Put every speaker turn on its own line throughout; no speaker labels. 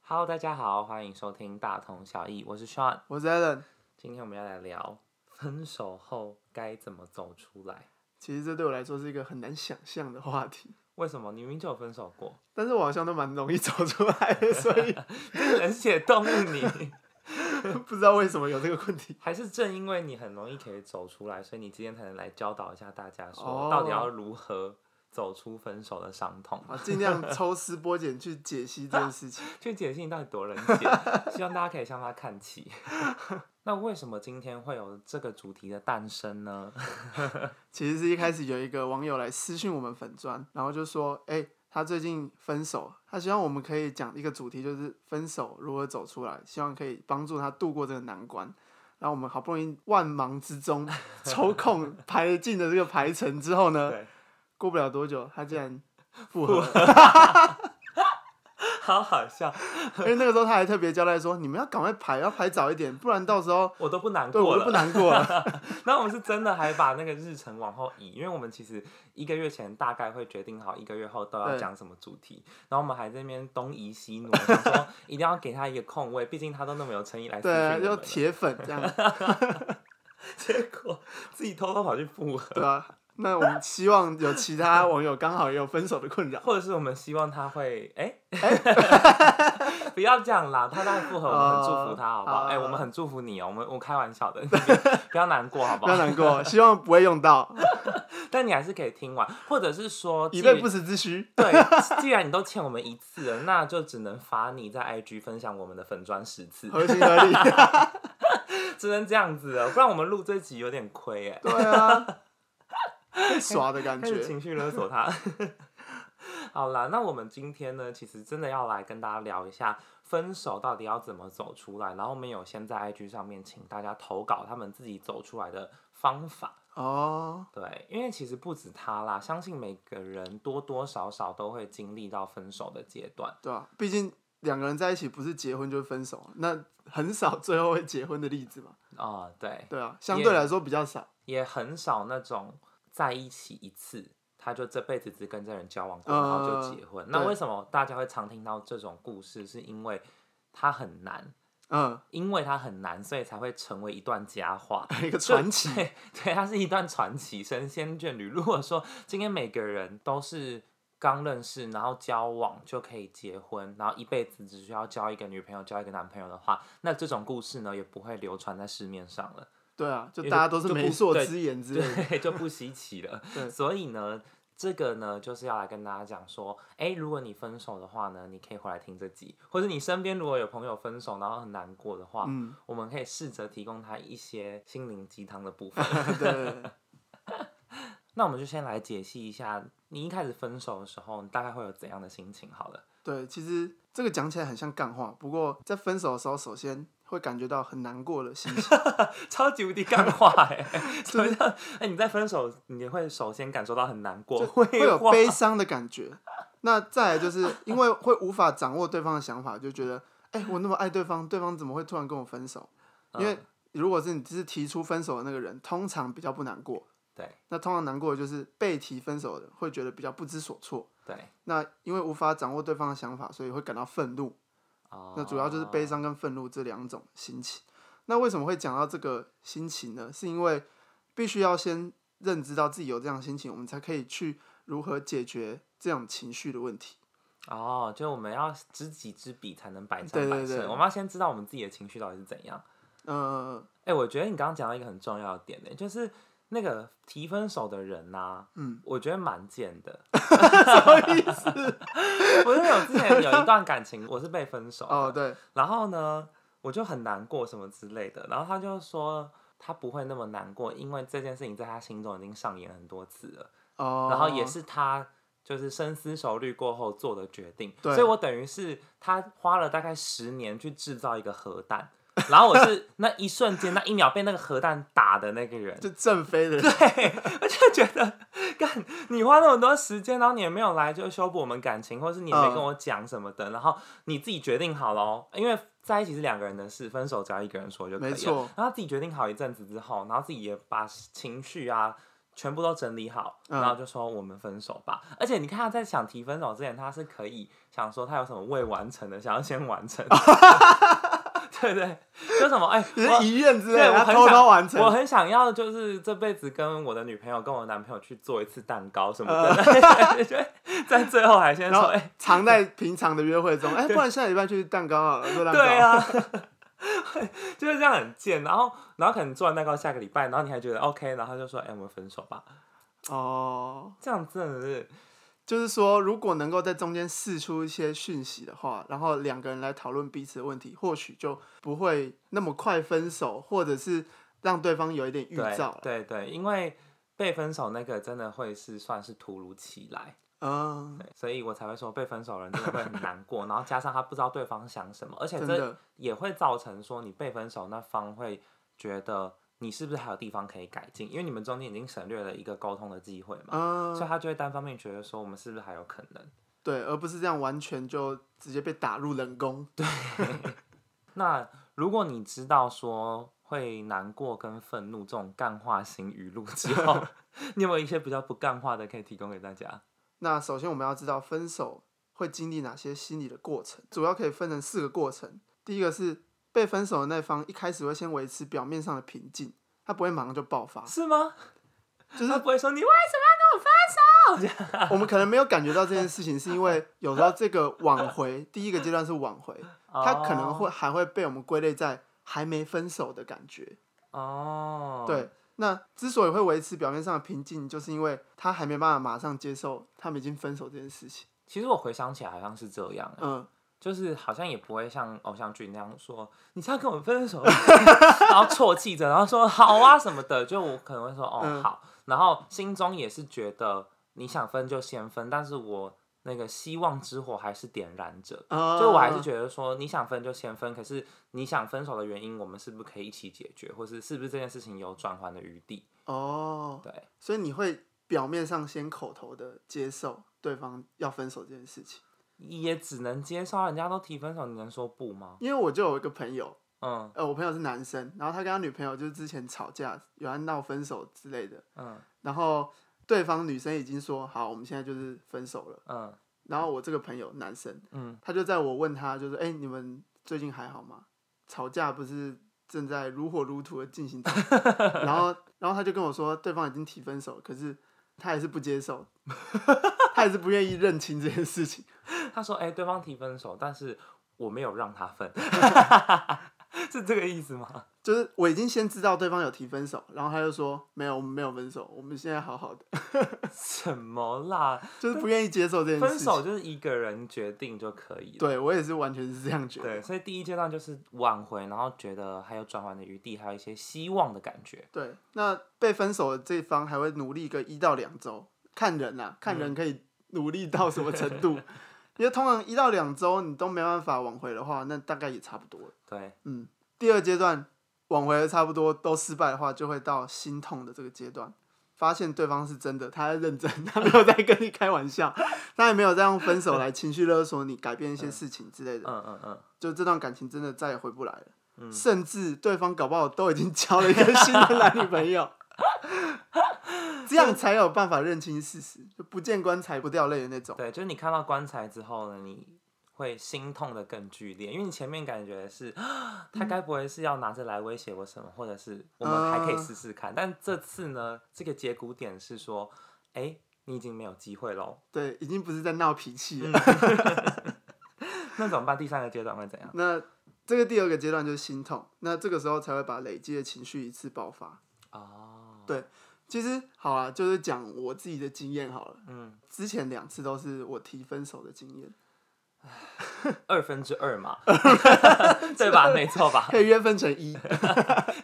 Hello，大家好，欢迎收听大同小异，我是 Sean。
我是 Allen。
今天我们要来聊分手后该怎么走出来。
其实这对我来说是一个很难想象的话题，
为什么你明明就有分手过？
但是我好像都蛮容易走出来的，所以
冷血动物你，
不知道为什么有这个问题。
还是正因为你很容易可以走出来，所以你今天才能来教导一下大家，说
哦
到底要如何走出分手的伤痛。
啊，尽量抽丝剥茧去解析这件事情。
去解析你到底多冷血， 希望大家可以向他看齐。 那为什么今天会有这个主题的诞生呢？
其实是一开始有一个网友来私讯我们粉砖，然后就说：“哎、他最近分手，他希望我们可以讲一个主题，就是分手如何走出来，希望可以帮助他度过这个难关。”然后我们好不容易万忙之 中抽空排进了这个排程之后呢
对，
过不了多久，他 竟然复合了。
好好笑，
因为那个时候他还特别交代说，你们要赶快排，要排早一点，不然到时候
我都不难
对
过
我
了
就。不难 过了。
那我们是真的还把那个日程往后移，因为我们其实一个月前大概会决定好一个月后都要
对
讲什么主题，然后我们还在那边东移西挪，想 说一定要给他一个空位，毕竟他都那么有诚意来私 讯
对，啊
我
就
们了
铁粉这样，
结果自己偷偷跑去复合，
对吧、那我们希望有其他网友刚好也有分手的困扰，
或者是我们希望他会哎， 不要这样啦，他当然复合，我们很祝福他，好不好？
哦
哎、我们很祝福你哦，我们我开玩笑 的，你不要难过，好不
不要
好？
难过，希望不会用到，
但你还是可以听完，或者是说，
以
既
备不时之需。
对，既然你都欠我们一次了，那就只能罚你在 IG 分享我们的粉砖十次，
合 情合理，
只能这样子了，不然我们录这集有点亏哎、
对 啊，被耍的感
开始
觉，
情绪勒索他。 好啦，那我们今天呢，其实真的要来跟大家聊一下分手到底要怎么走出来。然后我们有先在 IG 上面请大家投稿他们自己走出来的方法。
哦，
对，因为其实不止他啦，相信每个人多多少少都会经历到分手的阶段。
对吧、毕竟两个人在一起不是结婚就是分手，啊那很少最后会结婚的例子嘛，
啊、对，
对啊，相对来说比较少，
也很少那种在一起一次，他就这辈子只跟这人交往过，然后就结婚。那
对
为什么大家会常听到这种故事？是因为它很难，
嗯，
因为它很难，所以才会成为一段佳话。
一个传奇
就，对，对，它是一段传奇，神仙眷侣。如果说今天每个人都是刚认识，然后交往就可以结婚，然后一辈子只需要交一个女朋友、交一个男朋友的话，那这种故事呢也不会流传在市面上了。
对啊，就
因为
大家都是
就不
媒妁
对
之言之类的。。
对，就不稀奇了
对
所以呢，这个呢，就是要来跟大家讲说，哎、如果你分手的话呢，你可以回来听这集，或者你身边如果有朋友分手然后很难过的话，
嗯，
我们可以试着提供他一些心灵鸡汤的部 分。
对，
那我们就先来解析一下，你一开始分手的时候，你大概会有怎样的心情？好了，
对，其实这个讲起来很像干话，不过在分手的时候，首先会感觉到很难过的心情。
超级无敌干话 哎、欸，什么叫？哎、你在分手，你会首先感受到很难过，会
会有悲伤的感觉。那再来就是因为会无法掌握对方的想法，就觉得，哎、我那么爱对方，对方怎么会突然跟我分手？因为如果是你是提出分手的那个人，通常比较不难过。
对
那通常难过的就是被提分手的，会觉得比较不知所措。
对
那因为无法掌握对方的想法，所以会感到愤怒。
啊
那主要就是悲伤跟愤怒这两种心情。那为什么会讲到这个心情呢？是因为必须要先认知到自己有这样的心情，我们才可以去如何解决这种情绪的问题。
哦，就我们要知己知彼才能百
对
战
对
百胜
对。
我们要先知道我们自己的情绪到底是怎样。
呃，
哎、我觉得你刚刚讲到一个很重要的点呢、就是那个提分手的人呐、
嗯，
我觉得蛮贱的。
意 思
我是有之前有一段感情，我是被分手的
哦，对，
然后呢，我就很难过什么之类的，然后他就说。他不会那么难过，因为这件事情在他心中已经上演很多次了。
哦，
然后也是他就是深思熟虑过后做的决定，
对
所以我等于是他花了大概十年去制造一个核弹，然后我是 那一瞬间那一秒被那个核弹打的那个人。
就正飞的人，
对，我就觉得，干，你花那么多时间，然后你也没有来就修补我们感情，或是你也没
嗯
跟我讲什么的，然后你自己决定好咯，因为在一起是两个人的事，分手只要一个人说就可以了。
没错
然后他自己决定好一阵子之后，然后自己也把情绪啊全部都整理好，
嗯
然后就说我们分手吧。而且你看他在想提分手之前，他是可以想说他有什么未完成的，想要先完 成，对不对？就什么哎、
只
我
是遗愿之类
对
的，
我
他
很
偷偷
想
完成
我。很想要，就是这辈子跟我的女朋友、跟我男朋友去做一次蛋糕什么的， 对对对在最后还先
呃然
说
后
哎。
藏在平常的约会中，哎，不然下礼拜去蛋糕好了，做蛋糕。
对啊， 就是这样很贱。然后，然后可能做完蛋糕下个礼拜，然后你还觉得 OK，然后他就说：“哎、我们分手吧。
哦，”
这样真的是
就是说，如果能够在中间试出一些讯息的话，然后两个人来讨论彼此的问题，或许就不会那么快分手，或者是让对方有一点预兆
对
了。
对对，因为被分手那个真的会是算是突如其来，
嗯，
对所以我才会说被分手的人真的会很难过。然后加上他不知道对方想什么，而且
真
这
的，
也会造成说你被分手那方会觉得你是不是还有地方可以改进，因为你们中间已经省略了一个沟通的机会嘛，所以
嗯，
他就会单方面觉得说我们是不是还有可能。
对，而不是这样完全就直接被打入冷宫。
那如果你知道说会难过跟愤怒这种干话型语录之 后，你有没有一些比较不干话的可以提供给大家？
那首先我们要知道分手会经历哪些心理的过程，主要可以分成四个过程。第一个是被分手的那方一开始会先维持表面上的平静，他不会马上就爆发，
是吗？
就是
他不会说你为
我们可能没有感觉到这件事情，是因为有时候这个挽回第一个阶段是挽回，
哦
它可能会还会被我们归类在还没分手的感觉。
哦，
对，那之所以会维持表面上的平静，就是因为他还没办法马上接受他们已经分手这件事情。
其实我回想起来好像是这样、
嗯，
就是好像也不会像偶像剧那样说你是要跟我分手吗， 然后啜泣着，然后说好啊什么的，就我可能会说哦、
嗯
好，然后心中也是觉得你想分就先分，但是我那个希望之火还是点燃着，
啊
所以我还是觉得说，你想分就先分，可是你想分手的原因，我们是不是可以一起解决，或是是不是这件事情有转圜的余地？
哦，
对，
所以你会表面上先口头的接受对方要分手这件事情。
也只能接受，啊人家都提分手，你能说不吗？
因为我就有一个朋友，
嗯
呃，我朋友是男生，然后他跟他女朋友就是之前吵架，有人闹分手之类的，
嗯
然后对方女生已经说好，我们现在就是分手了。
嗯
然后我这个朋友男生，
嗯，
他就在我问他，就是哎、诶你们最近还好吗？吵架不是正在如火如荼的进行中， 然后然后他就跟我说，对方已经提分手，可是他还是不 接受，他还是不愿意认清这件事情。
他说，哎、对方提分手，但是我没有让他分， 是这个意思吗？
就是我已经先知道对方有提分手，然后他就说没有，我们没有分手，我们现在好好的，
什么啦？
就是不愿意接受这件事
分
情。
手就是一个人决定就可以了。
对我也是完全是这样觉得。
对，所以第一阶段就是挽回，然后觉得还有转圜的余地，还有一些希望的感觉。
对，那被分手的这方还会努力个一到两周，看人啊，看
嗯
人可以努力到什么程 度。因为通常一到两周你都没办法挽回的话，那大概也差不多了。
对，
嗯，第二阶段挽回的差不多都失败的话，就会到心痛的这个阶段，发现对方是真的，他在认真，他没有在跟你开玩 笑，他也没有在用分手来情绪勒索你，改变一些事情之类的。
嗯嗯嗯，
就这段感情真的再也回不来了。
嗯
甚至对方搞不好都已经交了一个新的男女朋友，这样才有办法认清事实，就不见棺材不掉泪的那种。
对，就是你看到棺材之后呢，你会心痛的更剧烈，因为你前面感觉是，啊他
嗯
该不会是要拿着来威胁我什么，或者是我们还可以
啊
试试看。但这次呢，这个节骨点是说，哎、你已经没有机会喽，
对，已经不是在闹脾气了。
那怎么办？第三个阶段会怎样？
那这个第二个阶段就是心痛，那这个时候才会把累积的情绪一次爆发。
哦，
对其实好啊，就是讲我自己的经验好了。
嗯，
之前两次都是我提分手的经验，
二分之二 嘛，对吧？没错吧？
可以约分成一。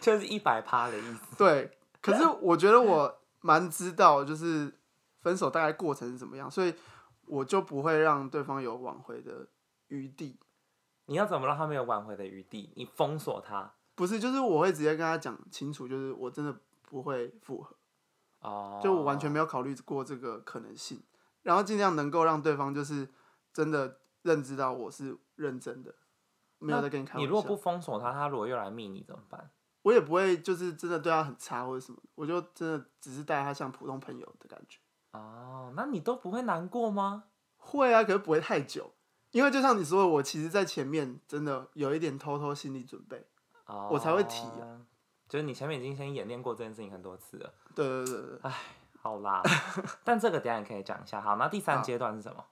就是一百趴的意思。
对，可是我觉得我蛮知道，就是分手大概过程是怎么样，所以我就不会让对方有挽回的余地。
你要怎么让他没有挽回的余地？你封锁他
不是，就是我会直接跟他讲清楚，就是我真的不会复合，
哦，
就我完全没有考虑过这个可能性，然后尽量能够让对方就是真的认知到我是认真的，没有在跟你开玩笑。
你如果不封锁他，他如果又来密你怎么办？
我也不会就是真的对他很差或者什么，我就真的只是待他像普通朋友的感觉。
哦，那你都不会难过吗？
会啊，可是不会太久，因为就像你说的，我其实，在前面真的有一点偷偷心理准备。
哦，
我才会提
就是你前面已经先演练过这件事情很多次了，
对对对对对，
好 啦，但这个等一下你可以讲一下。好，那第三阶段是什么？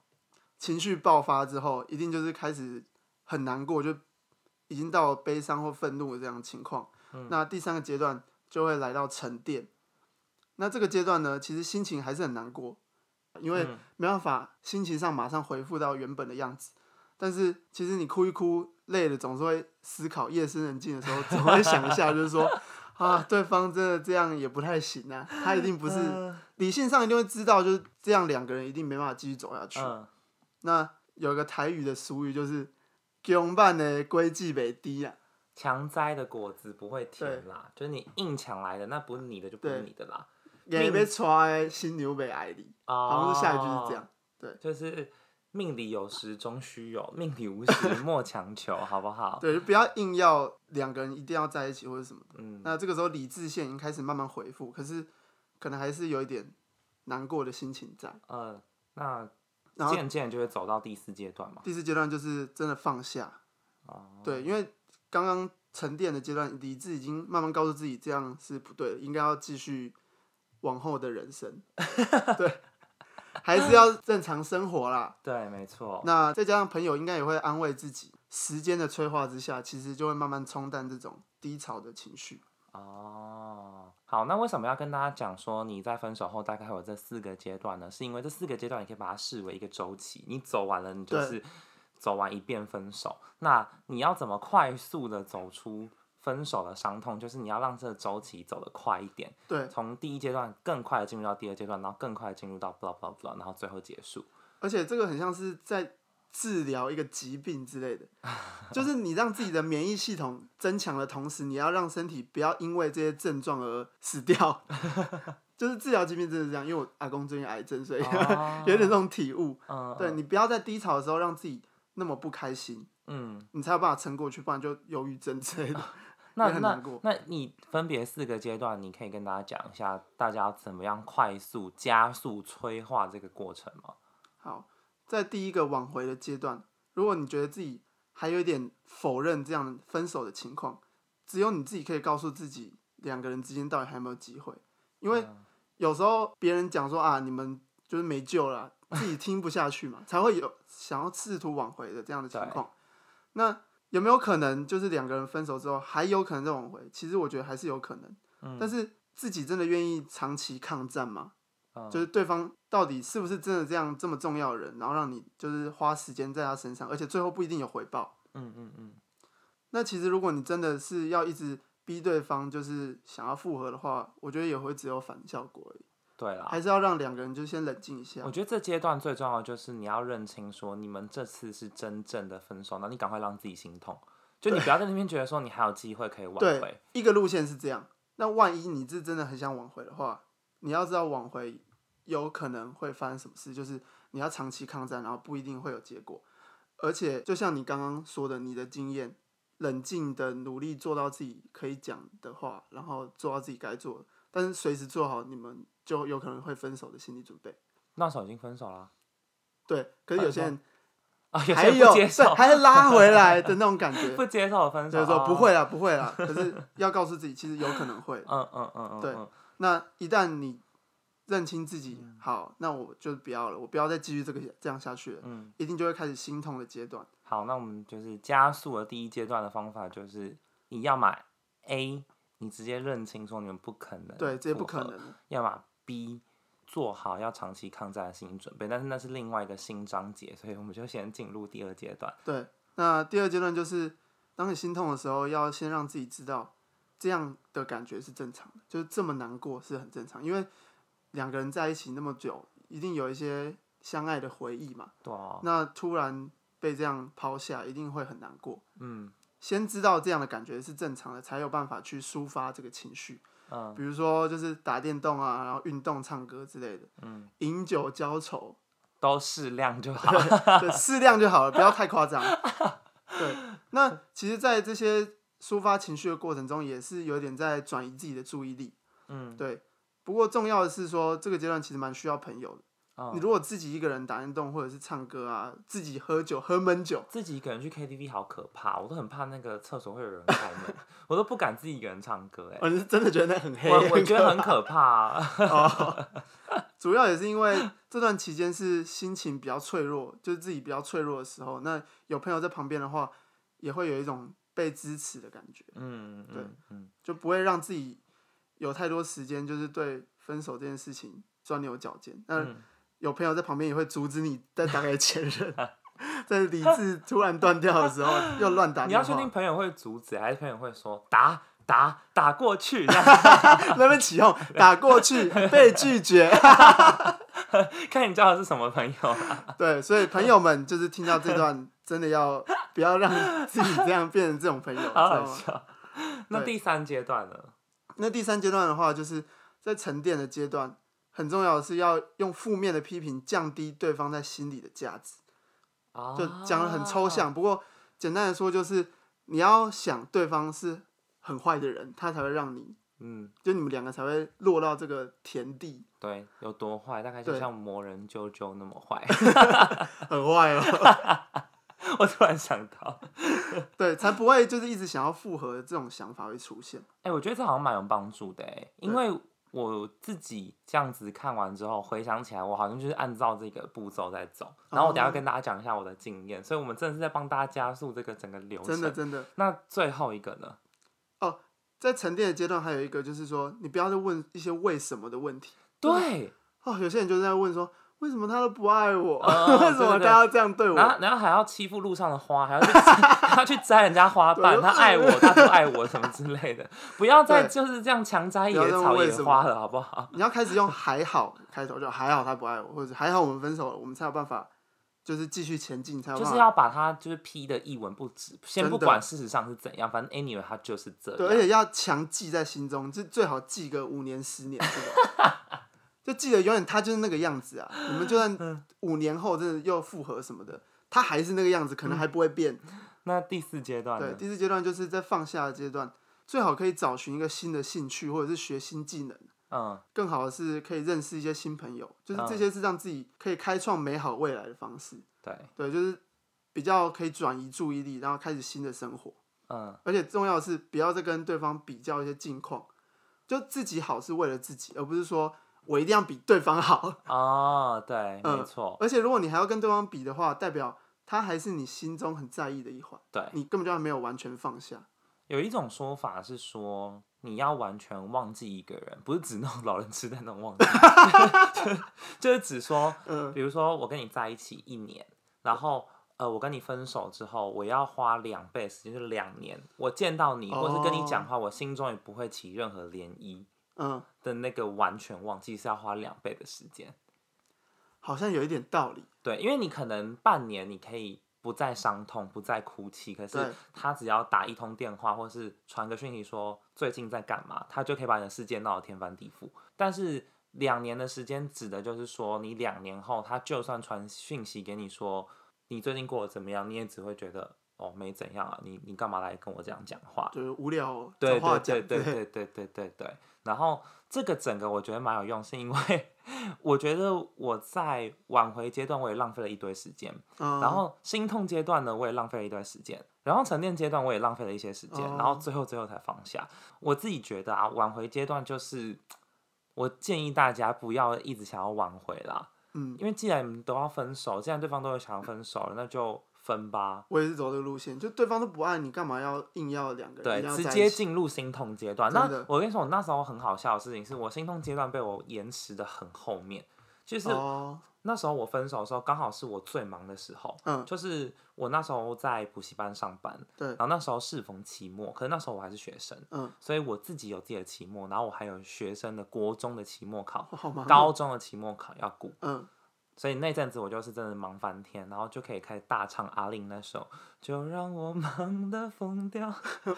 情绪爆发之后，一定就是开始很难过，就已经到悲伤或愤怒的这样的情况。那第三个阶段就会来到沉淀。那这个阶段呢，其实心情还是很难过，因为没办法心情上马上恢复到原本的样子。但是其实你哭一哭，累了总是会思考。夜深人静的时候，总会想一下，就是说啊，对方真的这样也不太行啊，他一定不
嗯
是理性上一定会知道，就是这样两个人一定没办法继续走下去。
嗯，
那有个台语的俗语就是“穷办的规矩北低啊
强摘的果子不会甜啦，就是你硬抢来的，那不是你的就不是
对
你的啦。”，
也被穿新牛北矮里，
哦，
好像是下一句是这样。
就是命里有时终须有，命里无时莫强求，好不好？
对，就不要硬要两个人一定要在一起或者什么的。
嗯，
那这个时候理智线已经开始慢慢恢复，可是可能还是有一点难过的心情在。
呃，那
然后
渐渐就会走到第四阶段嘛。
第四阶段就是真的放下，
哦，
对，因为刚刚沉淀的阶段，理智已经慢慢告诉自己这样是不对的，应该要继续往后的人生，对，还是要正常生活啦。
对，没错。
那再加上朋友应该也会安慰自己，时间的催化之下，其实就会慢慢冲淡这种低潮的情绪。
哦，好，那为什么要跟大家讲说你在分手后大概会有这四个阶段呢？是因为这四个阶段你可以把它视为一个周期，你走完了，你就
对
是走完一遍分手。那你要怎么快速的走出分手的伤痛？就是你要让这个周期走得快一点，
对，
从第一阶段更快的进入到第二阶段，然后更快的进入到 blah blah blah，然后最后结束。
而且这个很像是在治疗一个疾病之类的，就是你让自己的免疫系统增强的同时，你要让身体不要因为这些症状而死掉。 就是治疗疾病真的是这样，因为我阿公最近癌症，所以
哦
有点这种体悟。
嗯，
对你不要在低潮的时候让自己那么不开心，
嗯，
你才有办法撑过去，不然就忧郁症之类的。
那
也很
那
难过
那你分别四个阶段，你可以跟大家讲一下，大家怎么样快速加速催化这个过程吗？
好，在第一个挽回的阶段，如果你觉得自己还有一点否认这样分手的情况，只有你自己可以告诉自己，两个人之间到底还有没有机会？因为
嗯
有时候别人讲说啊，你们就是没救了啊、自己听不下去嘛，才会有想要试图挽回的这样的情
对
况。那有没有可能就是两个人分手之后还有可能再挽回？其实我觉得还是有可能，
嗯
但是自己真的愿意长期抗战吗？
嗯
就是对方到底是不是真的这样这么重要的人，然后让你就是花时间在他身上，而且最后不一定有回报。
嗯嗯嗯，
那其实如果你真的是要一直逼对方，就是想要复合的话，我觉得也会只有反效果而已，
对啦，
还是要让两个人就先冷静一下
我。觉得这阶段最重要的就是你要认清说，你们这次是真正的分手，那你赶快让自己心痛，就你不要在那边觉得说你还有机会可以挽
对
回，，
一个路线是这样。那万一你是真的很想挽回的话，你要知道挽回有可能会发生什么事，就是你要长期抗战，然后不一定会有结果。而且就像你刚刚说的，你的经验，冷静的努力做到自己可以讲的话，然后做到自己该做的，但是随时做好你们就有可能会分手的心理准备。
那时候已经分手啦，
对，可是有些人
啊，有
还
些人
有
不接受
对，，还拉回来的那种感觉，
不接受分手，
就是说
哦
不，会啦，不会啦。可是要告诉自己，其实有可能会。
嗯嗯嗯嗯，
对
嗯
那一旦你认清自己，好，那我就不要了，我不要再继续这个这样下去了，
嗯
一定就会开始心痛的阶段。
好，那我们就是加速的第一阶段的方法就是，你要么 A，你直接认清说你们不可能，
对，这也不可能。了。
要么 B 做好要长期抗战的心理准备，但是那是另外一个新章节，所以我们就先进入第二阶段。
对，那第二阶段就是，当你心痛的时候，要先让自己知道，这样的感觉是正常的，就是这么难过是很正常，因为两个人在一起那么久，一定有一些相爱的回忆嘛。
对啊、
那突然被这样抛下，一定会很难过。
嗯
先知道这样的感觉是正常的，才有办法去抒发这个情绪。
嗯
比如说就是打电动啊，然后运动、唱歌之类的，
嗯，
饮酒浇愁，
都适量就 好。
对，适量就好了，不要太夸张。对，那其实，在这些抒发情绪的过程中，也是有点在转移自己的注意力。
嗯，
对，不过重要的是说，这个阶段其实蛮需要朋友的。
嗯
你如果自己一个人打电动或者是唱歌啊，自己喝酒喝闷酒，
自己一个人去 KTV 好可怕，我都很怕那个厕所会有人开门， 我都不敢自己一个人唱歌哎、
哦，你是真的觉得那很黑，
我我觉得很
可
可怕、啊，
哦。 主要也是因为这段期间是心情比较脆弱，就是自己比较脆弱的时候，那有朋友在旁边的话，也会有一种被支持的感觉，
嗯，嗯嗯，
就不会让自己有太多时间，就是对分手这件事情钻牛角尖。那
嗯
有朋友在旁边也会阻止你再打给前 任，在理智突然断掉的时候又乱打
你
电
要确定
话，
朋友会阻止，还是朋友会说打打打过去，这样
那边起哄打过去被拒绝。
看你交的是什么朋友啊、
对，所以朋友们就是听到这段，真的要不要让自己这样变成这种朋友，知
好
道
好
吗？
笑。那第三阶段呢？
那第三阶段的话，就是在沉淀的阶段，很重要的是要用负面的批评降低对方在心里的价值。
啊
就讲的很抽，
哦
象，不过简单的说就是你要想对方是很坏的人，他才会让你
嗯，
就你们两个才会落到这个田地，
对，有多坏，大概就
对
像魔人啾啾那么坏。
很坏哦。
我突然想到，
对，才不会就是一直想要复合的这种想法会出现。
哎、我觉得这好像蛮有帮助的哎，因
对
为我自己这样子看完之后，回想起来，我好像就是按照这个步骤在走。然后我等一下
哦
跟大家讲一下我的经验，所以我们真的是在帮大家加速这个整个流程。
真的真的，
那最后一个呢？
在沉淀的阶段还有一个就是说，你不要再问一些为什么的问题
对，
哦。有些人就是在问说，为什么他都不爱我？
哦
为什么
对对对
他要这样对我？
然后然后还要欺负路上的花，还要去 还要去摘人家花瓣，
对
他爱我，他不爱我什么之类的，不要再
对
就是这样强摘
不要
野
再
草
为
野
什么
花了，好不好？
你要开始用还好开头，就还好他不爱我，或者还好我们分手了，我们才有办法就是继续前进，才有
就
办
是
法
要把它就是批的一文不值，先
真
不
的
管事实上是怎样，反正 anyway 它就是这
对，
样。
而且要强记在心中，就最好记个五年、十年这种，就记得永远他就是那个样子啊。你们就
嗯
算五年后真的又复合什么的，他还是那个样子，可能还不会变。
那第四阶段
对，
呢？
第四阶段就是在放下的阶段，最好可以找寻一个新的兴趣或者是学新技能。
嗯，
更好的是可以认识一些新朋友，就是这
嗯
些是让自己可以开创美好未来的方式。
对，
对，就是比较可以转移注意力，然后开始新的生活。
嗯，
而且重要的是，不要再跟对方比较一些近况，就自己好是为了自己，而不是说我一定要比对方好。
哦，对，
嗯
没错，
而且如果你还要跟对方比的话，代表他还是你心中很在意的一环，
对。
你根本就还没有完全放下。
有一种说法是说，你要完全忘记一个人，不是指那种老人痴呆那种忘记， 就是指说，
嗯
比如说我跟你在一起一年，然后呃我跟你分手之后，我要花两倍时间，就是两年，我见到你或是跟你讲话，我心中也不会起任何涟漪
嗯，
的那个完全忘记是要花两倍的时间。
好像有一点道理。
对，因为你可能半年你可以不再伤痛，不再哭泣，可
对
是他只要打一通电话或是传个讯息说最近在干嘛，他就可以把你的世界闹得天翻地覆。但是两年的时间指的就是说，你两年后他就算传讯息给你说你最近过得怎么样，你也只会觉得哦没怎样啊，你你干嘛来跟我这样讲话？
就是无聊哦找
对
话
对
讲，
对对对对对对对。然后这个整个我觉得蛮有用，是因为 我觉得我在挽回阶段我也浪费了一堆时间，
嗯，
然后心痛阶段呢我也浪费了一段时间，然后沉淀阶段我也浪费了一些时间，然后
哦
最后最后才放下。我自己觉得啊，挽回阶段就是。我建议大家不要一直想要挽回啦，
嗯，
因为既然你们都要分手，既然对方都有想要分手了，那就分吧。
我也是走这个路线，就对方都不爱你，干嘛要硬要两个人
对
一定，要
直
在一
接
起
进入心痛阶段。
真
那
的
我跟你说，我那时候很好笑的事情是，我心痛阶段被我延迟的很后面，就是
哦，
那时候我分手的时候，刚好是我最忙的时候。
嗯
就是我那时候在补习班上班，
对
然后那时候适逢期末，可是那时候我还是学生，
嗯，
所以我自己有自己的期末，然后我还有学生的国中的期末考、
我好忙哦，
高中的期末考要顾，
嗯，
所以那阵子我就是真的忙翻天，然后就可以开始大唱阿令那首“就让我忙得疯掉”，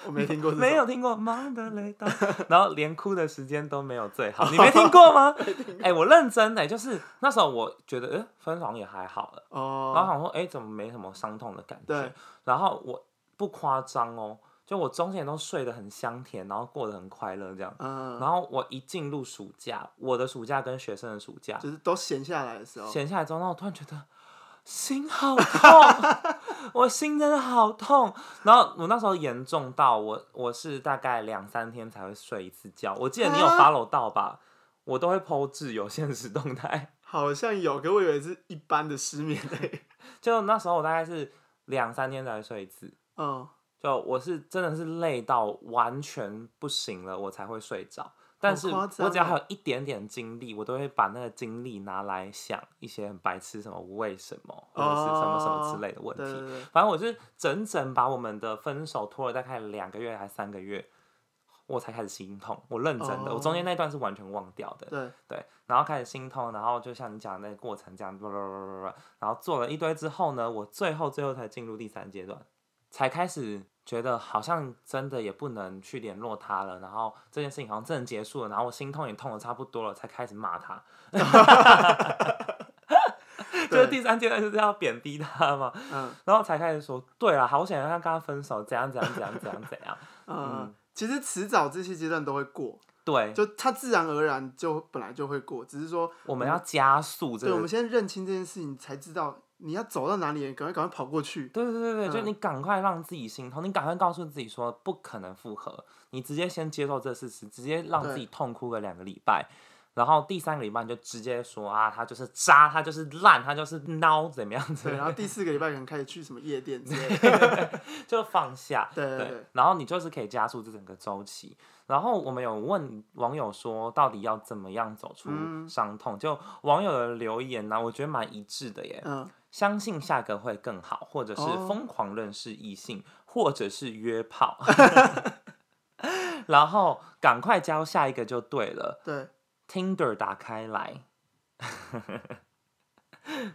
我没听过，
没有，听过忙的雷达， 然后连哭的时间都没有最好，你 没听过吗？哎、我认真的、就是那时候我觉得，呃，分房也还好了，然后欸
哦，
想说，哎、怎么没什么伤痛的感觉
对？
然后我不夸张哦，就我中间都睡得很香甜，然后过得很快乐这样。
嗯、
然后我一进入暑假，我的暑假跟学生的暑假
就是都闲下来的时候，
闲下来之后，然后 我突然觉得心好痛，我心真的好痛。然后我那时候严重到我我是大概两三天才会睡一次觉。我记得你有
啊
follow 到吧？我都会 PO 自由现实动态。
好像有，可我以为是一般的失眠类。
就那时候我大概是两三天才会睡一次。
嗯，
就我是真的是累到完全不行了，我才会睡着。但是
夸
我
张
只要
哦
还有一点点精力，我都会把那个精力拿来想一些很白痴什么为什么或者是什么什么
哦
之类的 问
对对
题。
对，
反正我就是整整把我们的分手拖了大概两个月还三个月，我才开始心痛。我认真的，我中
哦
间那段是完全忘掉的。
对，
对，然后开始心痛，然后就像你讲的那个过程这样， 叭叭叭叭叭，然后做了一堆之后呢，我最后最后才进入第三阶段，才开始觉得好像真的也不能去联络他了，然后这件事情好像真的结束了，然后我心痛也痛的差不多了，才开始骂他。 就是
对
第三阶段就是要贬低他嘛，
嗯
然后才开始说，对了，好险他跟他分手，怎样怎样怎样怎样怎样，
嗯，其实迟早这些阶段都会过，
对，
就它自然而然就本来就会过，只是说，
我们要加速这
嗯对，我
个
们先认清这件事情，才知道你要走到哪里，赶快赶快跑过 去。
对对对对，就
嗯
你赶快让自己心痛，你赶快告诉自己说不可能复合，你直接先接受这事实，直接让自己痛哭个两个礼拜，然后第三个礼拜你就直接说啊，他就是渣，他就是烂，他就是孬，怎么样子，
对，然后啊第四个礼拜可能开始去什么夜店之类的。
就放下。
对对
对
对，，
然后你就是可以加速这整个周期。然后我们有问网友说，到底要怎么样走出
嗯
伤痛？就网友的留言啊呢、我觉得蛮一致的耶。
嗯，
相信下个会更好，或者是
哦
疯狂认识异性，或者是约炮， 然后赶快交下一个就对了。
对，
Tinder 打开来，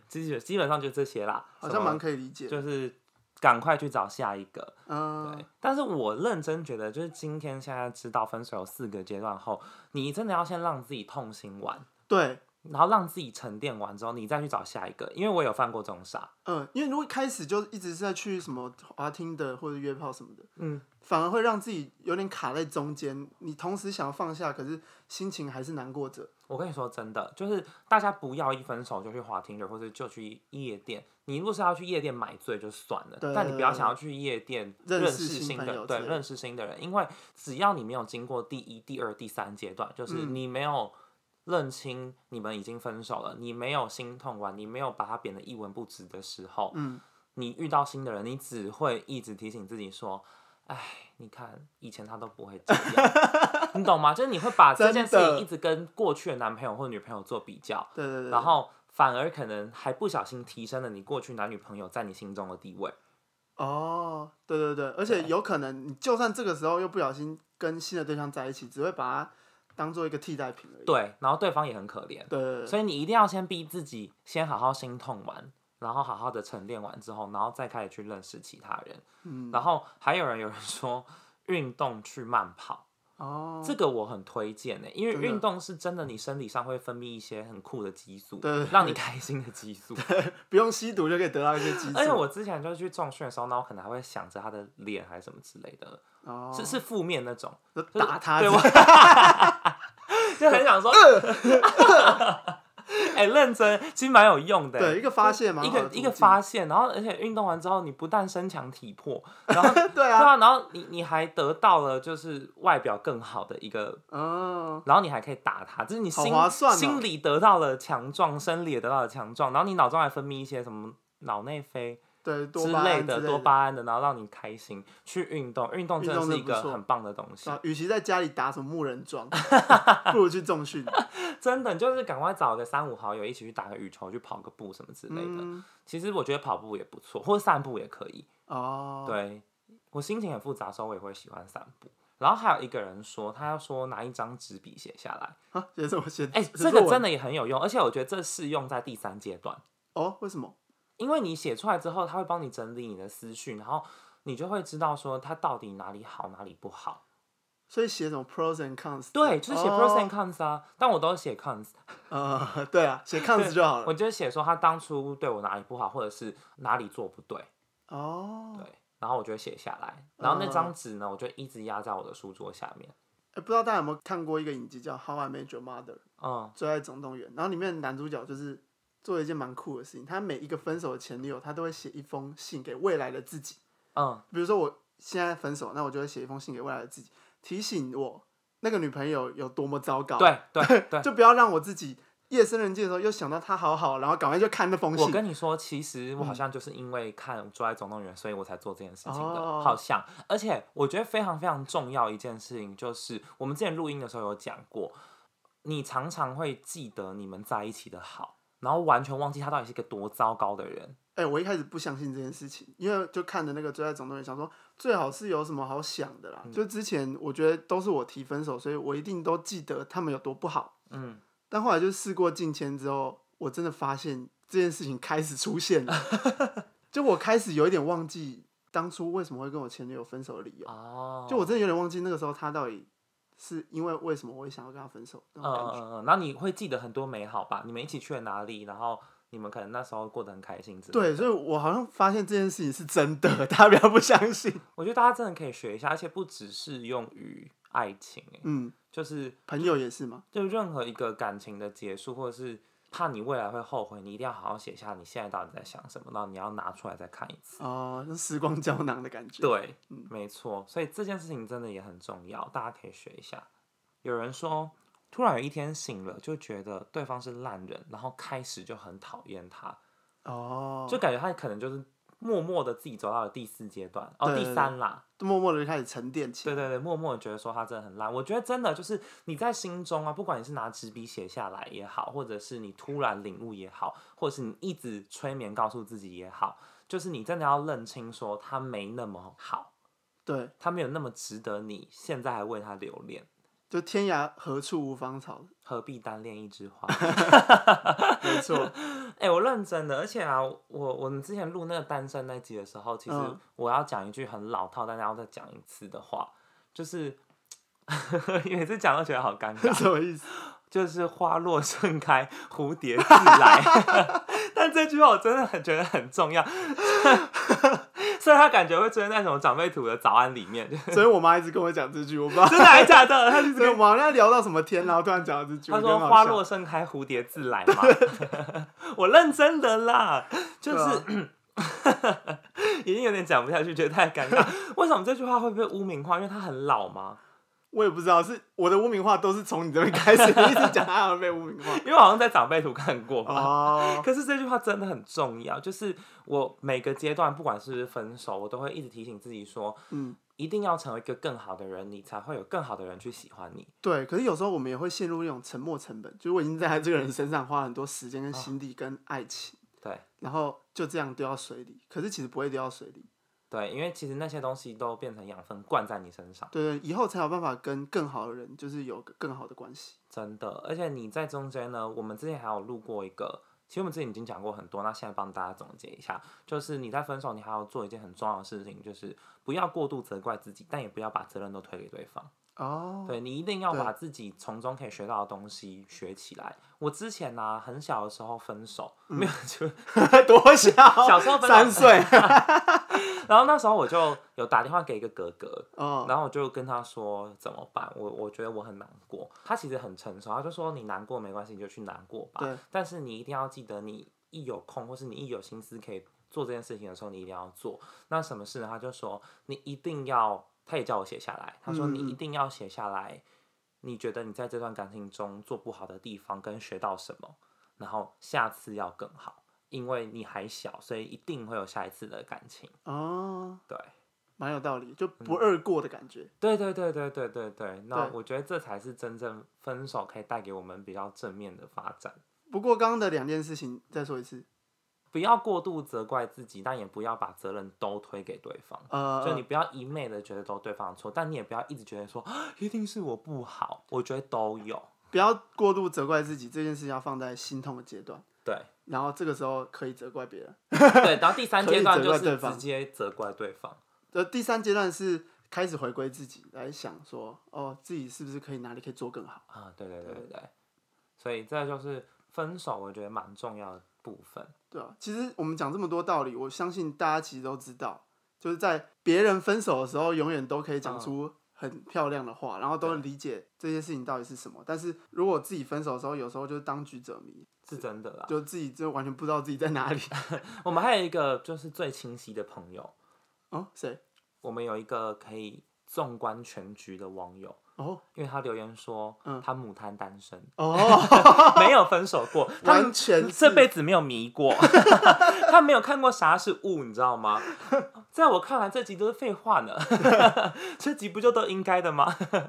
基本基本上就这些啦，
好
什
像
么
蛮可以理解的。
就是赶快去找下一个。对
嗯，，
但是我认真觉得，就是今天现在知道分手有四个阶段后，你真的要先让自己痛心完，
对，
然后让自己沉淀完之后，你再去找下一个。因为我有犯过这种傻，
嗯，因为如果一开始就一直是在去什么滑听的或者约炮什么的，
嗯，
反而会让自己有点卡在中间。你同时想要放下，可是心情还是难过着。
我跟你说真的，就是大家不要一分手就去滑听的，或者就去夜店。你如果是要去夜店买醉就算了，
对
但你不要想要去夜店
认识
识
新
新
朋
的
友
对
之类的
认识新的人，因为只要你没有经过第一、第二、第三阶段，就是
嗯
你没有认清你们已经分手了，你没有心痛完，你没有把它贬得一文不值的时候，
嗯，
你遇到新的人，你只会一直提醒自己说：“哎，你看，以前他都不会这样。” 你懂吗？就是你会把这件事
真的
情一直跟过去的男朋友或女朋友做比较，
对对对。
然后反而可能还不小心提升了你过去男女朋友在你心中的地位。
哦，对对对，而且有可能你就算这个时候又不小心跟新的对象在一起，只会把它当做一个替代品而已。
对，然后对方也很可怜，
对对对，
所以你一定要先逼自己，先好好心痛完，然后好好的沉淀完之后，然后再开始去认识其他人。
嗯，
然后还有人有人说，运动去慢跑。
哦，
这个我很推荐呢、欸因为
真的
运动是真的，你生理上会分泌一些很酷的激素，
对对对
让你开心的激素。
不用吸毒就可以得到一些激
而且
素。
我之前就是去重训的时候，那我可能还会想着他的脸还是什么之类的，
哦，
是是负面那种，
就
就是
打他
对
之
我
类的，
就很 想说，哎、认真其实蛮有用的、欸
对一个发泄嘛，
一个一个发现，然后而且运动完之后，你不但身强体魄，然后
对
对
啊，
啊，然后你你还得到了就是外表更好的一个
嗯，
然后你还可以打他，就是你心
好划算哦
心里得到了强壮，生理也得到了强壮，然后你脑中还分泌一些什么脑内啡
对，多
之
巴胺
类
之
的
的
多巴胺的，然后让你开心去运动，运动真的
运动
是
真
一
的
个
不错
很棒的东西
对，啊，与其在家里打什么木人 桩，不如去重训
真的你就是赶快找个三五好友一起去打个羽球，去跑个步什么之类的。
嗯
其实我觉得跑步也不错，或者散步也可以。
哦，，
对我心情很复杂的时候，我也会喜欢散步。然后还有一个人说，他要说拿一张纸笔写下来，
啊，写什么写？
哎、
写
这
作
个
文
真的也很有用，而且我觉得这适用在第三阶段。
哦，为什么？
因为你写出来之后，他会帮你整理你的思绪，然后你就会知道说他到底哪里好，哪里不好。
所以写什么 pros and cons？
对，就是写 pros and
哦
cons 啊，但我都是写 cons，
呃，对啊，写 cons 就好了。
我就是写说他当初对我哪里不好，或者是哪里做不对。
哦，
对，然后我就会写下来，然后那张纸呢，我就一直压在我的书桌下面。
哎，不知道大家有没有看过一个影集叫《How I Met Your Mother》，
嗯，
最爱总动员，然后里面的男主角就是做了一件蛮酷的事情，他每一个分手的前女友，他都会写一封信给未来的自己。
嗯，
比如说我现在分手，那我就会写一封信给未来的自己，提醒我那个女朋友有多么糟糕，
对对对。
就不要让我自己夜深人静的时候又想到她好好，然后赶快就看那封
我
信。
跟你说，其实
嗯
我好像就是因为看《抓爱总动员》，所以我才做这件事情的，
哦
好像。而且我觉得非常非常重要一件事情，就是我们之前录音的时候有讲过，你常常会记得你们在一起的好，然后完全忘记他到底是一个多糟糕的人。
哎、我一开始不相信这件事情，因为就看着那个《最爱总动员》，想说最好是有什么好想的啦。
嗯
就之前我觉得都是我提分手，所以我一定都记得他们有多不好。
嗯，
但后来就事过境迁之后，我真的发现这件事情开始出现了， 就我开始有一点忘记当初为什么会跟我前女友分手的理由。
哦，
就我真的有点忘记那个时候他到底是因为为什么我会想要跟他分手那
嗯
种感
嗯
觉。
嗯嗯，然后你会记得很多美好吧？你们一起去了哪里？然后你们可能那时候过得很开心之类的。
对，所以我好像发现这件事情是真的， 大家不要不相信。
我觉得大家真的可以学一下，而且不只适用于爱情、欸，
嗯，
就是
朋友也是嘛。
就任何一个感情的结束，或者是怕你未来会后悔，你一定要好好写下你现在到底在想什么，然后你要拿出来再看一次。
哦，那时光胶囊的感觉。
对，
嗯
没错，所以这件事情真的也很重要，大家可以学一下。有人说，突然有一天醒了，就觉得对方是烂人，然后开始就很讨厌他，
哦，
就感觉他可能就是默默的自己走到了第四阶段，哦，
对
第
对对
三啦，
就默默的开始沉淀起来。
对对对，默默地觉得说他真的很烂。我觉得真的就是你在心中啊，不管你是拿纸笔写下来也好，或者是你突然领悟也好，或者是你一直催眠告诉自己也好，就是你真的要认清说他没那么好，
对，
他没有那么值得你现在还为他留恋，
就天涯何处无芳草，
何必单恋一枝花？
没错。
哎、我认真的，而且啊，我我们之前录那个单身那集的时候，其实
嗯
我要讲一句很老套，但是要再讲一次的话，就是 每次讲都觉得好尴尬。
什么意思？
就是花落盛开，蝴蝶自来。 但这句话我真的很觉得很重要， 所以他感觉会出现在什么长辈图的早安里面，真
所以我妈一直跟我讲这句，我不知道。
的还假的？他就
所以我们好像聊到什么天，然后突然讲到这句，
他
我觉得
说
很好
花
笑
落盛开，蝴蝶自来嘛。 我认真的啦，
啊
就是。 已经有点讲不下去，觉得太尴尬。为什么这句话会被污名化？因为它很老吗？
我也不知道，是我的污名化都是从你这边开始， 你一直讲他好像被污名化。
因为我好像在长辈图看过吧。
哦，
可是这句话真的很重要，就是我每个阶段，不管是不是分手，我都会一直提醒自己说，
嗯，
一定要成为一个更好的人，你才会有更好的人去喜欢你。
对。可是有时候我们也会陷入那种沉没成本，就是我已经在他这个人身上花很多时间、跟心力、跟爱情，
啊对
然后就这样丢到水里。可是其实不会丢到水里，
对，因为其实那些东西都变成养分灌在你身上，
对对，以后才有办法跟更好的人，就是有个更好的关系。
真的。而且你在中间呢，我们之前还有录过一个。其实我们之前已经讲过很多，那现在帮大家总结一下，就是你在分手，你还要做一件很重要的事情，就是不要过度责怪自己，但也不要把责任都推给对方。
哦，
对你一定要
对
把自己从中可以学到的东西学起来。我之前呢、很小的时候分手，没有就，
多小？小
时候本来
嗯三岁。
然后那时候我就有打电话给一个哥哥，
哦，
然后我就跟他说怎么办，我我觉得我很难过。他其实很成熟，他就说你难过没关系，你就去难过吧
对。
但是你一定要记得，你一有空或是你一有心思可以做这件事情的时候，你一定要做。那什么事呢？他就说你一定要，他也叫我写下来，他说
嗯
你一
嗯
定要写下来，你觉得你在这段感情中做不好的地方跟学到什么，然后下次要更好，因为你还小，所以一定会有下一次的感情。
哦，
对。嗯
蛮有道理，就不二过的感觉。
对对对对对对对，那
对
我觉得这才是真正分手可以带给我们比较正面的发展。
不过刚刚的两件事情，再说一次。
不要过度责怪自己，但也不要把责任都推给对方。
呃，
就你不要一昧的觉得都对方的错，但你也不要一直觉得说啊一定是我不好，我觉得都有。
不要过度责怪自己，这件事情要放在心痛的阶段，
对
然后这个时候可以责怪别人。
对，然后第三
可以
阶段
责
就
怪
是
对
直
方
接责怪对方。
呃，第三阶段是开始回归自己，来想说，哦，自己是不是可以哪里可以做更好？
啊，对对对对对，所以这就是分手，我觉得蛮重要的部分。
对啊，其实我们讲这么多道理，我相信大家其实都知道，就是在别人分手的时候，永远都可以讲出很漂亮的话，然后都
嗯对
理解这些事情到底是什么。但是如果自己分手的时候，有时候就是当局者迷，
是真的啦。
就自己就完全不知道自己在哪里。
我们还有一个就是最清晰的朋友，
哦，谁？
我们有一个可以纵观全局的网友，
哦
因为他留言说，
嗯
他母胎单 身，
哦，
没有分手过，他
完全
这
是
辈子没有迷 过，他没有看过啥是雾，你知道吗？ 在我看来，这集都是废话呢， 这集不就都应该的吗？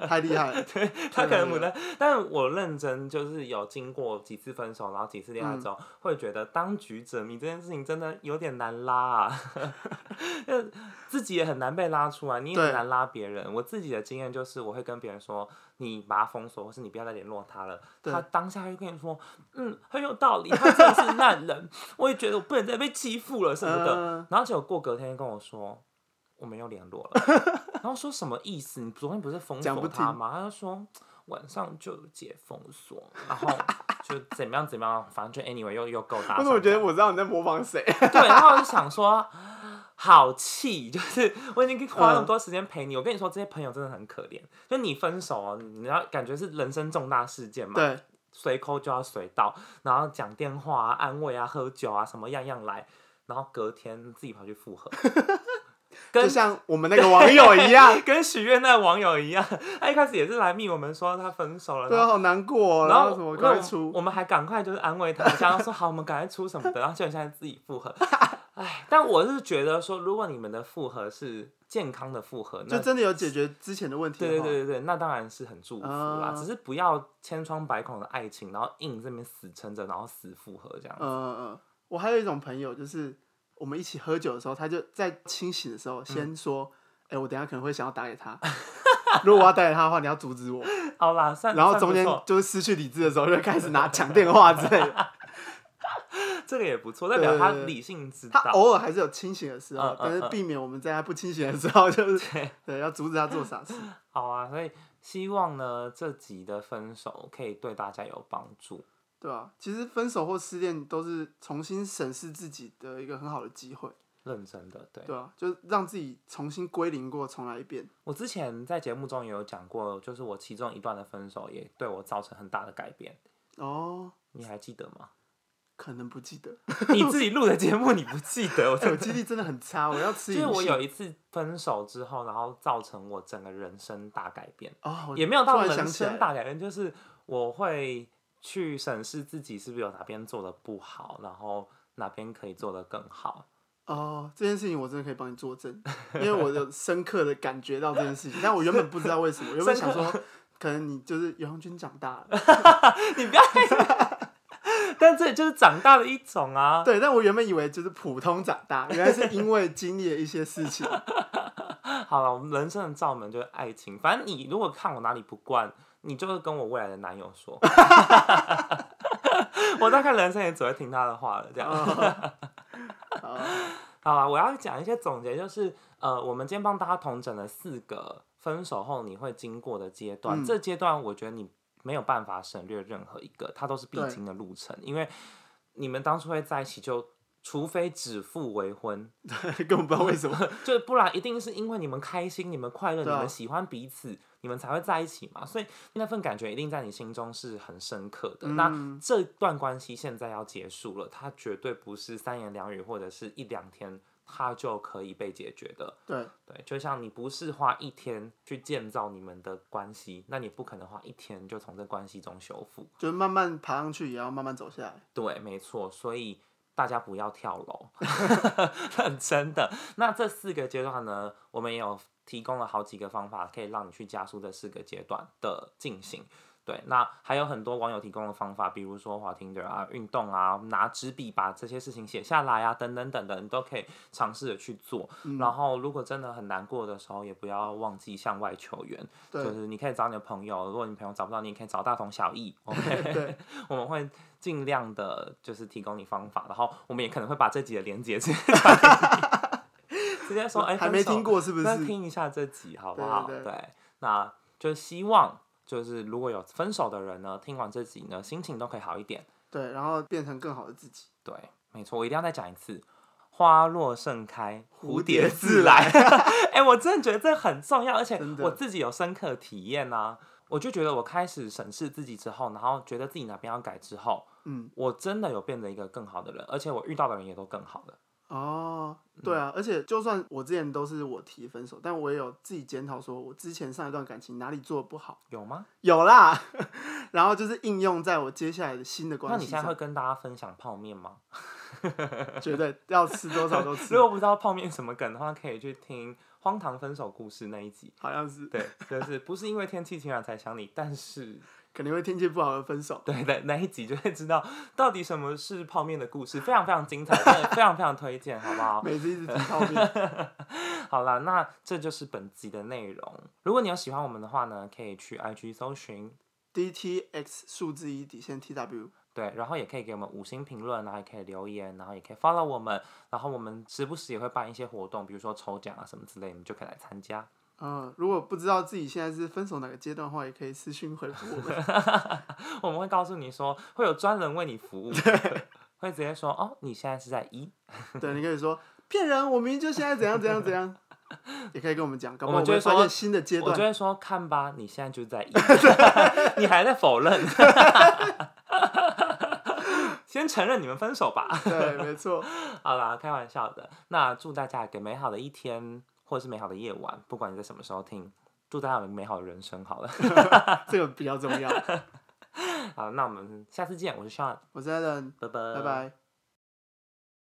太 厉害了。
他可能不
啊
能，但我认真就是有经过几次分手，然后几次恋爱之后，
嗯
会觉得当局者迷这件事情真的有点难拉啊， 那自己也很难被拉出来，你也很
对
难拉别人。我自己的经验就是，我会跟别人说，你把他封锁，或是你不要再联络他了。
对
他当下就跟你说，嗯，很有道理，他真的是烂人， 我也觉得我不能再被欺负了什么的。
嗯
然后结果过隔天跟我说，我没有联络了。 然后说什么意思？你昨天不是封
讲
锁
不
他
听
吗？他就说晚上就解封锁， 然后就怎么样怎么样，反正就 anyway 又又够大声讲。
为什么我觉得我知道你在模仿谁？
对，然后我就想说， 好气， 就是我已经花那么多时间陪你，我跟你说这些朋友真的很可怜。就你分手哦，你要感觉是人生重大事件嘛，
对，
随扣就要随到，然后讲电话啊、安慰啊、喝酒啊，什么样样来，然后隔天自己跑去复 合，跟
就像我们那个网友 一样。
跟许愿那网友一样，他一开始也是来密我们说他分手了，
对
然
啊，
后。
好难过、哦。
然
然
后
后什么
我
快
们
出？
我们还赶快就是安慰 他，这样说好，我们赶快出什么的，然后就现在自己复合。哎，但我是觉得说，如果你们的复合是健康的复合，那
就真的有解决之前的问题的哦
对对
话
对对对，那当然是很祝福啦。
啊
只是不要千疮百孔的爱情，然后硬这边死撑着，然后死复合这样。
嗯嗯嗯，我还有一种朋友，就是我们一起喝酒的时候，他就在清醒的时候
嗯
先说：“哎、我等一下可能会想要打 给他，如果我要打给他的话，你要阻止我。
好啦，”算
然后
算不
中间
错
就是失去理智的时候，就开始拿抢电话之 类的。
这个也不错，代表
对
他
对对
理性知
他哦
道。
偶尔还是有清醒的时候，
嗯嗯
但是
嗯
避免我们在他不清醒的时候，就是
对，
对要阻止他做傻事。
好啊，所以希望呢这集的分手可以对大家有帮助。
对啊，其实分手或失恋都是重新审视自己的一个很好的机会，
认真的，对。
对啊，就是让自己重新归零过，重来一遍。
我之前在节目中也有讲过，就是我其中一段的分手也对我造成很大的改变，
哦，
你还记得吗？
可能不记得，
你自己录的节目你不记得，我
哎、
真的
我记忆力真的很差，我要吃
就
银
是
杏。
我有一次分手之后，然后造成我整个人生大改变，
哦，我
也没有
突
到
然
人
想起来
生大改变，就是我会去审视自己是不是有哪边做的不好，然后哪边可以做得更好。
哦，这件事情我真的可以帮你作证，因为我有深刻的感觉到这件事情，但我原本不知道为什么，原本想说 可能你就是袁红军长大了，
你不要再，但这就是长大的一种啊。
对，但我原本以为就是普通长大，原来是因为经历了一些事情，
好了，我们人生的罩门就是爱情。反正你如果看我哪里不惯，你就会跟我未来的男友说。 我大概人生也只会听他的话了，这样。
哦 哦
好啊，我要讲一些总结，就是呃，我们今天帮大家统整了四个分手后你会经过的阶段，
嗯
这阶段我觉得你没有办法省略任何一个，它都是必
对
经的路程，因为你们当初会在一起就。除非指腹为婚，
根本不知道为什么，
就不然一定是因为你们开心、你们快乐、
对啊
你们喜欢彼此，你们才会在一起嘛。所以那份感觉一定在你心中是很深刻的。那
嗯
这段关系现在要结束了，它绝对不是三言两语或者是一两天它就可以被解决的。
对，
对，就像你不是花一天去建造你们的关系，那你不可能花一天就从这关系中修复。
就是慢慢爬上去，也要慢慢走下来。
对，没错，所以大家不要跳楼， 真的。那这四个阶段呢，我们也有提供了好几个方法，可以让你去加速这四个阶段的进行。对，那还有很多网友提供的方法，比如说滑听的啊、运动啊、拿纸笔把这些事情写下来啊，等等等等，你都可以尝试着去做。然后，如果真的很难过的时候，也不要忘记向外求援，
对
就是你可以找你的朋友，如果你朋友找不到，你也可以找大同小异。OK，
对，
我们会尽量的，就是提供你方法，然后我们也可能会把这集的连接 直接传给你， 直接 说，哎、
还没
分手
听过是不
那
是
听一下这集好不好？
对对对
那就希望就是如果有分手的人呢，听完这集呢，心情都可以好一点。
对，然后变成更好的自己。
对，没错，我一定要再讲一次。花落盛开，
蝴
蝴
蝶
蝶
自
自来。 哎、我真的觉得这很重要，而且
真的
我自己有深刻的体验啊。我就觉得我开始审视自己之后，然后觉得自己哪边要改之后，
嗯，
我真的有变成一个更好的人，而且我遇到的人也都更好了。
哦，对啊，而且就算我之前都是我提分手，但我也有自己检讨，说我之前上一段感情哪里做的不好，
有吗？
有啦， 然后就是应用在我接下来的新的
那
关
你
系
现在会
上，
跟大家分享泡面吗？
绝对要吃多少 都吃
如，果不知道泡面什么梗的话，可以去听《荒唐分手故事》那一集。
好像是
对，就是不是因为天气晴朗才想你，但是
肯定会天气不好而分手。
对的那一集就会知道到底什么是泡面的故事，非常非常精彩，真的非常非常推荐，好不好？
每次一直提泡面，
好啦，那这就是本集的内容。如果你有喜欢我们的话呢，可以去 IG 搜寻，
DTX 数字一底线 TW，
对，然后也可以给我们五星评论，然后啊也可以留言，然后也可以 follow 我们，然后我们时不时也会办一些活动，比如说抽奖啊什么之类，你们就可以来参加。
嗯，如果不知道自己现在是分手哪个阶段的话，也可以私信回复我们。
我们会告诉你说，会有专人为你服务，会直接说哦，你现在是在一，
对，你可以说骗人，我明明就现在怎样怎样怎样，也可以跟我们讲，搞不好
我们就
会
会
发
说
现新的阶
我
段
就。会说看吧，你现在就在一，你还在否认， 先承认你们分手吧。
对，没错，
好啦，开玩笑的。那祝大家有个美好的一天，或者是美好的夜晚，不管你在什么时候听，祝大家有个美好的人生。好了，
这个比较重要。
好，那我们下次见。我是 Sean，
我是 Allen，
拜拜，
拜拜。